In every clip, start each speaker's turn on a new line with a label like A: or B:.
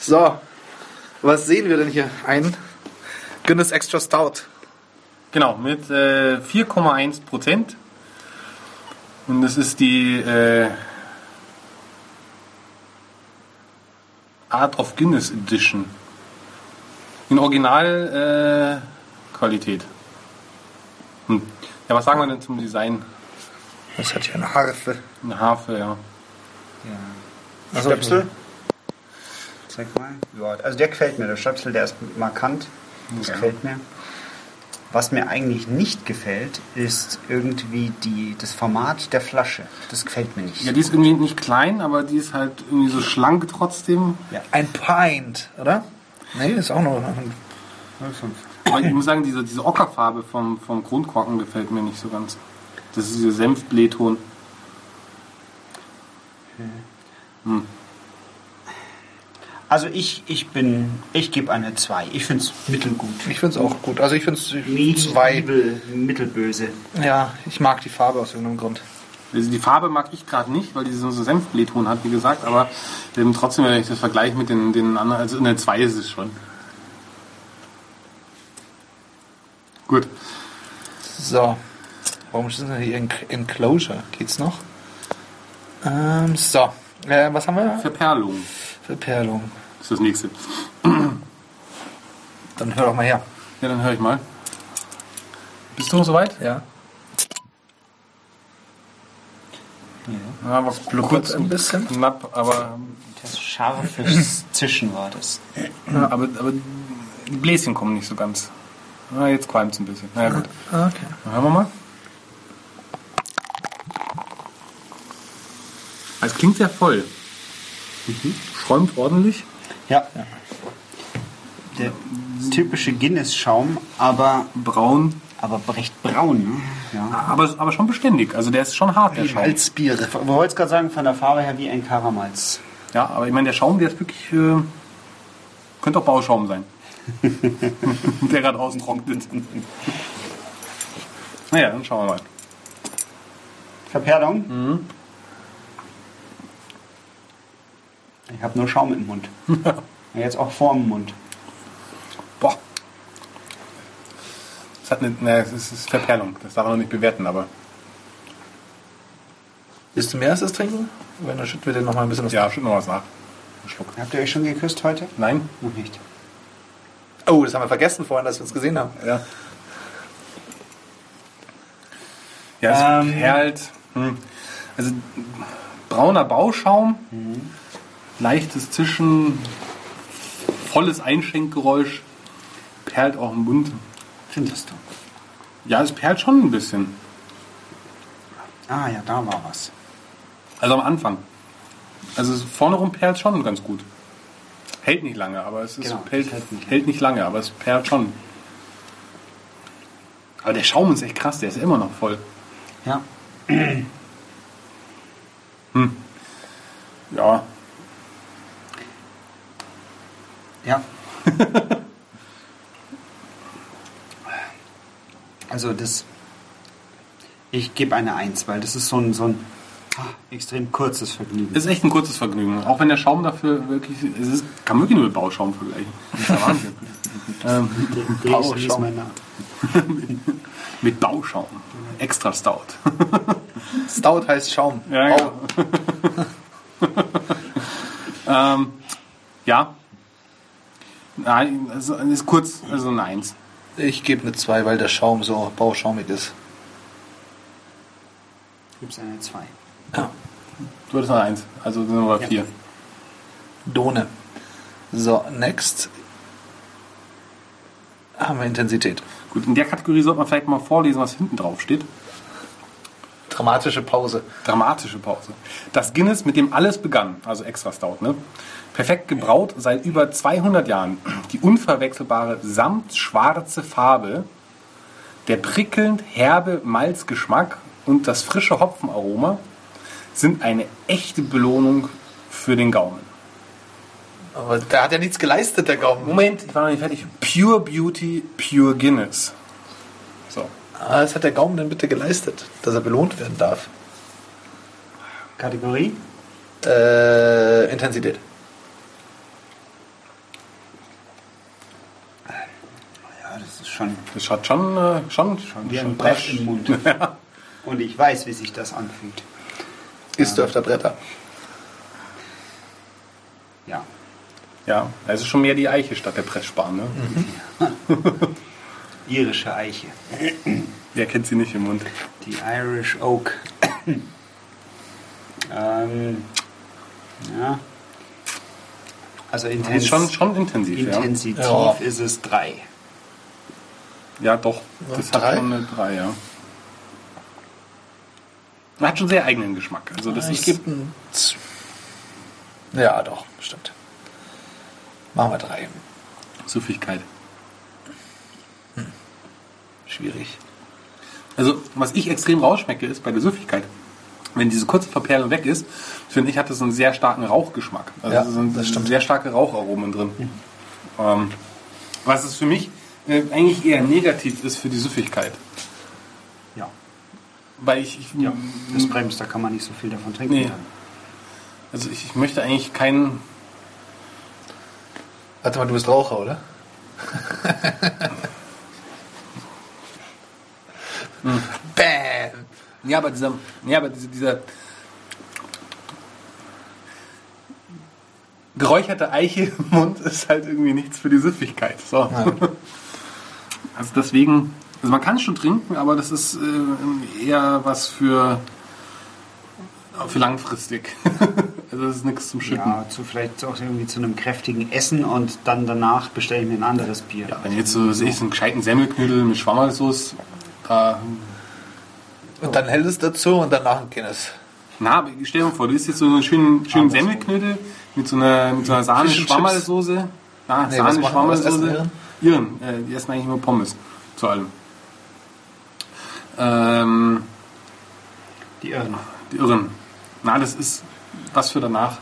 A: So, was sehen wir denn hier? Ein Guinness Extra Stout.
B: Genau, mit äh, 4,1 Prozent. Und das ist die äh, Art of Guinness Edition. In Originalqualität. Äh, Qualität. hm. Ja, was sagen wir denn zum Design?
C: Das hat ja eine Harfe.
B: Eine Harfe, ja.
C: Also,
D: Stöpsel? Zeig mal. Ja, also der gefällt mir, der Stöpsel, der ist markant. Das gefällt mir. Was mir eigentlich nicht gefällt, ist irgendwie die, das Format der Flasche. Das gefällt mir nicht.
B: Ja, die ist irgendwie nicht klein, aber die ist halt irgendwie so schlank trotzdem.
C: Ein Pint, oder? Nee, ist auch noch.
B: Aber ich muss sagen, diese, diese Ockerfarbe vom, vom Grundkorken gefällt mir nicht so ganz. Das ist dieser Senfblähton.
D: Also ich, ich bin, ich gebe eine 2. Ich finde es mittelgut.
C: Ich finde es auch gut. Also ich finde es zwei.
D: Mittel, mittelböse.
C: Ja, ich mag die Farbe aus irgendeinem Grund.
B: Also die Farbe mag ich gerade nicht, weil die so einen Senfblähton hat, wie gesagt, aber ähm, trotzdem, wenn ich das vergleiche mit den, den anderen, also eine 2 ist es schon. Gut.
C: So. Warum ist das denn hier in Enclosure? Geht's noch? Ähm, so. Äh, was haben wir
B: Verperlung
C: für Perlung?
B: ist das nächste.
C: Dann hör doch mal her.
B: Ja, dann höre ich mal. Bist du soweit?
C: Ja.
B: Ja, aber kurz
C: ein bisschen.
B: knapp, aber,
D: Das scharfes Zischen war das.
B: aber, aber die Bläschen kommen nicht so ganz. Na, jetzt qualmt es ein bisschen. Na ja, gut.
C: Okay.
B: Dann hören wir mal. Es klingt sehr voll. Mhm. Schäumt ordentlich.
D: Ja. Der typische Guinness-Schaum, aber,
B: Braun.
D: aber recht braun. Ne? Ja.
B: Aber, aber schon beständig. Also der ist schon hart, der Schaum.
C: Halsbier.
D: Ich wollte gerade sagen, von der Farbe her wie ein Karamals.
B: Ja, aber ich meine, der Schaum, der ist wirklich. Äh, könnte auch Bauschaum sein. der gerade austrocknet. naja, dann schauen wir mal.
D: Verperlung? Ich habe nur Schaum im Mund. Ja, Jetzt auch vor dem Mund.
B: Boah. Es hat eine. Naja, es ist, es ist Verperlung. Das darf man noch nicht bewerten, aber.
C: Willst du mehr als das trinken? Wenn, dann schütten wir dir noch mal ein bisschen was.
B: Ja, schütt noch was nach. Ein Schluck.
D: Habt ihr euch schon geküsst heute?
B: Nein?
D: Noch nicht.
C: Oh, das haben wir vergessen vorhin, dass wir uns gesehen haben.
B: Ja. Ja, es
D: Ähm.
B: perlt. Hm. Also brauner Bauschaum, leichtes Zischen, volles Einschenkgeräusch, perlt auch im Mund.
D: Findest du?
B: Ja, es perlt schon ein bisschen.
D: Ah ja, da war was.
B: Also am Anfang. Also es- vorne rum perlt schon ganz gut. Hält nicht lange, aber es ist
D: Genau,
B: perlt,
D: hält
B: hält,
D: nicht
B: nicht lange, aber es perlt schon. Aber der Schaum ist echt krass, der ist immer noch voll.
D: Ja.
B: Ja,
D: Ja. also das. Ich gebe eine Eins, weil das ist so ein, so ein ah, extrem kurzes Vergnügen.
B: ist echt ein kurzes Vergnügen. Auch wenn der Schaum dafür wirklich, es ist, kann wirklich nur mit Bauschaum vergleichen. Das ist der Wahnsinn. ähm,
D: Bau, schau mal nach.
B: mit Bauschaum. Extra Stout.
C: Stout heißt Schaum.
B: Ja, genau. ja. ähm, ja. Nein, also, es ist kurz, also eine Eins.
C: Ich gebe eine 2, weil der Schaum so bauschaumig ist.
D: Gibt's eine Zwei.
B: Du hattest eine Eins, also sind wir bei
D: Ja.
B: vier.
C: Done. So, next haben wir Intensität.
B: Gut, in der Kategorie sollte man vielleicht mal vorlesen, was hinten drauf steht.
C: Dramatische Pause.
B: Dramatische Pause. Das Guinness, mit dem alles begann, also extra Stout, ne? Perfekt gebraut seit über 200 Jahren. Die unverwechselbare samtschwarze Farbe, der prickelnd herbe Malzgeschmack und das frische Hopfenaroma sind eine echte Belohnung für den Gaumen.
C: Aber der hat ja nichts geleistet, der Gaumen. ne?
B: Moment, ich war noch nicht fertig. Pure Beauty, Pure Guinness. So.
C: Ah, Was hat der Gaumen denn bitte geleistet, dass er belohnt werden darf?
D: Kategorie?
C: Äh, Intensität.
D: das ist schon
B: Das hat schon, äh, schon,
D: wie ein
B: schon
D: Brett
B: Touch.
D: im Mund. Und ich weiß, wie sich das anfühlt.
A: Isst du öfter Bretter?
D: Ja.
B: Ja, es ist schon mehr die Eiche statt der Pressspan. Ne?
D: Mhm. Irische Eiche.
B: Wer kennt sie nicht im Mund?
D: Die Irish Oak. ähm, ja. Also
B: Ist
D: intens,
B: schon, schon intensiv,
D: intensiv
C: Ja.
D: ist es drei.
B: ja. Ja, doch. Das
C: Drei?
B: hat schon eine 3, ja. Man hat schon sehr eigenen Geschmack. Also das
C: Ich
B: ist,
C: gebe ein. Z- Ja, doch, bestimmt. Machen wir drei.
B: Süffigkeit.
C: Schwierig.
B: Also, was ich extrem rausschmecke, ist bei der Süffigkeit. Wenn diese kurze Verperlung weg ist, finde ich, hat das einen sehr starken Rauchgeschmack. Also
C: Ja,
B: es sind
C: das stimmt. Mhm.
B: sehr starke Raucharomen drin. Ähm, was es für mich äh, eigentlich eher negativ ist für die Süffigkeit.
D: Ja.
B: Weil ich, ich
D: ja. Das bremst, da kann man nicht so viel davon trinken.
B: Nee. also ich, ich möchte eigentlich keinen.
C: Warte mal, du bist Raucher, oder? Bam!
B: Ja, aber dieser, ja, aber diese, dieser geräucherte Eiche im Mund ist halt irgendwie nichts für die Süffigkeit. So. Also deswegen, also man kann es schon trinken, aber das ist äh, eher was für, für langfristig. also das ist nichts zum Schütten.
D: Ja, zu, vielleicht auch irgendwie zu einem kräftigen Essen und dann danach bestelle ich mir ein anderes Bier.
B: Ja, wenn jetzt so, was weiß ich, so einen gescheiten Semmelknödel mit Schwammersauce, da
C: Und dann helles dazu und danach ein Guinness.
B: Na, aber stell dir mal vor, du isst jetzt so einen schönen,
C: Ah,
B: schönen
D: Andersrum.
B: Semmelknödel mit so einer, mit so einer
C: Fish and
B: Sahne-Schwammerlsoße. Ah,
C: Nee, was machen- was essen
B: Sahne-Schwammerlsoße. Iren, äh, die essen eigentlich nur Pommes zu allem. Ähm,
D: Die Irren.
B: die Irren. Na, das ist was für danach.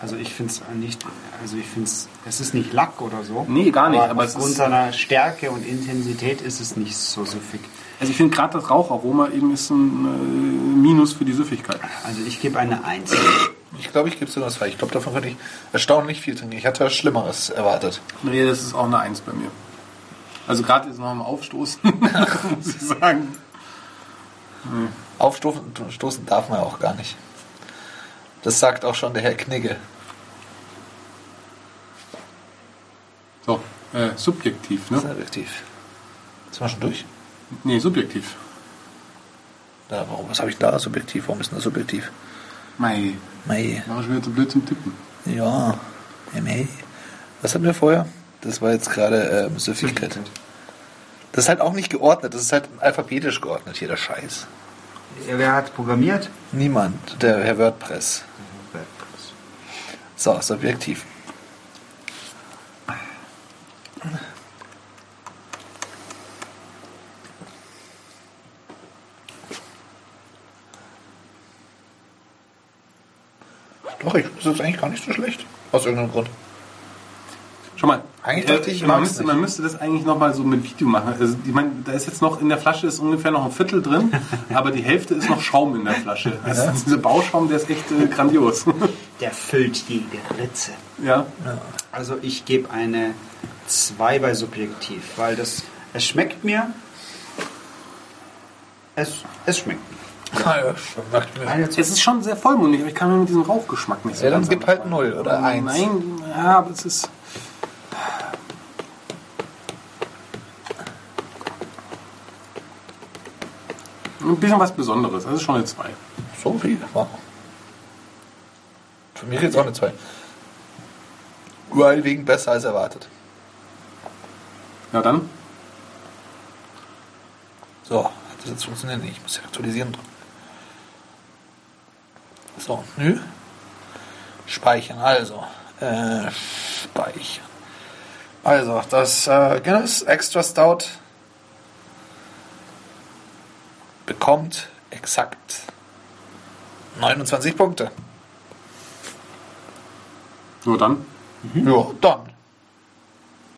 D: Also ich finde es nicht, also ich finde es, es ist nicht Lack oder so.
B: Nee, gar nicht, aber es
D: aufgrund
B: ist-
D: seiner Stärke und Intensität ist es nicht so süffig.
B: Also ich finde gerade das Raucharoma eben ist ein äh, Minus für die Süffigkeit.
D: Also ich gebe eine Eins.
C: Ich glaube, ich gebe sogar zwei. Ich glaube, davon könnte ich erstaunlich viel trinken. Ich hatte was Schlimmeres erwartet.
B: Nee, das ist auch eine Eins bei mir. Also gerade jetzt noch am Aufstoßen, muss ich sagen.
C: Aufstoßen stoßen darf man ja auch gar nicht. Das sagt auch schon der Herr Knigge.
B: So, äh, subjektiv,
C: Das
B: ne?
C: ist effektiv. Sind wir schon durch?
B: Nee, subjektiv.
C: Da, warum, was habe ich da? Subjektiv. Warum ist denn das subjektiv?
B: Mei,
C: Mei.
B: war ich wieder zu blöd zum Tippen.
C: Ja. Mei. Was hatten wir vorher? Das war jetzt gerade ähm, Süffigkeit. Das ist halt auch nicht geordnet. Das ist halt alphabetisch geordnet hier, der Scheiß.
D: Ja, wer hat programmiert?
C: Niemand. Der Herr WordPress. So, subjektiv. Doch, ich, das ist eigentlich gar nicht so schlecht. Aus irgendeinem Grund.
B: Schau mal.
C: Eigentlich
B: Äh,
C: dachte ich,
B: man,
C: mag's
B: müsste,
C: nicht.
B: man müsste das eigentlich nochmal so mit Video machen. Also, ich meine, da ist jetzt noch in der Flasche ist ungefähr noch ein Viertel drin, aber die Hälfte ist noch Schaum in der Flasche. Also, dieser Bauschaum, der ist echt äh, grandios.
D: Der füllt jede Ritze.
B: ja.
D: Also ich gebe eine 2 bei subjektiv, weil das, es schmeckt mir, es, es schmeckt mir.
C: Ja, schmeckt mir.
D: Eine
B: Es ist schon sehr vollmundig, aber ich kann nur mit diesem Rauchgeschmack nicht so
C: Ja, dann
B: ganz
C: gib halt
B: anfangen.
C: null oder eins.
B: Nein, ja, aber es ist. Ein bisschen was Besonderes. Also schon eine 2.
C: So viel. Wow. Für mich jetzt auch eine 2. Weil wegen besser als erwartet.
B: Na dann.
C: So, hat das jetzt funktioniert nicht. Ich muss ja aktualisieren. So, nö. Speichern, also. Äh, speichern. Also, das äh, Guinness Extra Stout bekommt exakt 29 Punkte.
B: So, dann.
C: Ja, dann.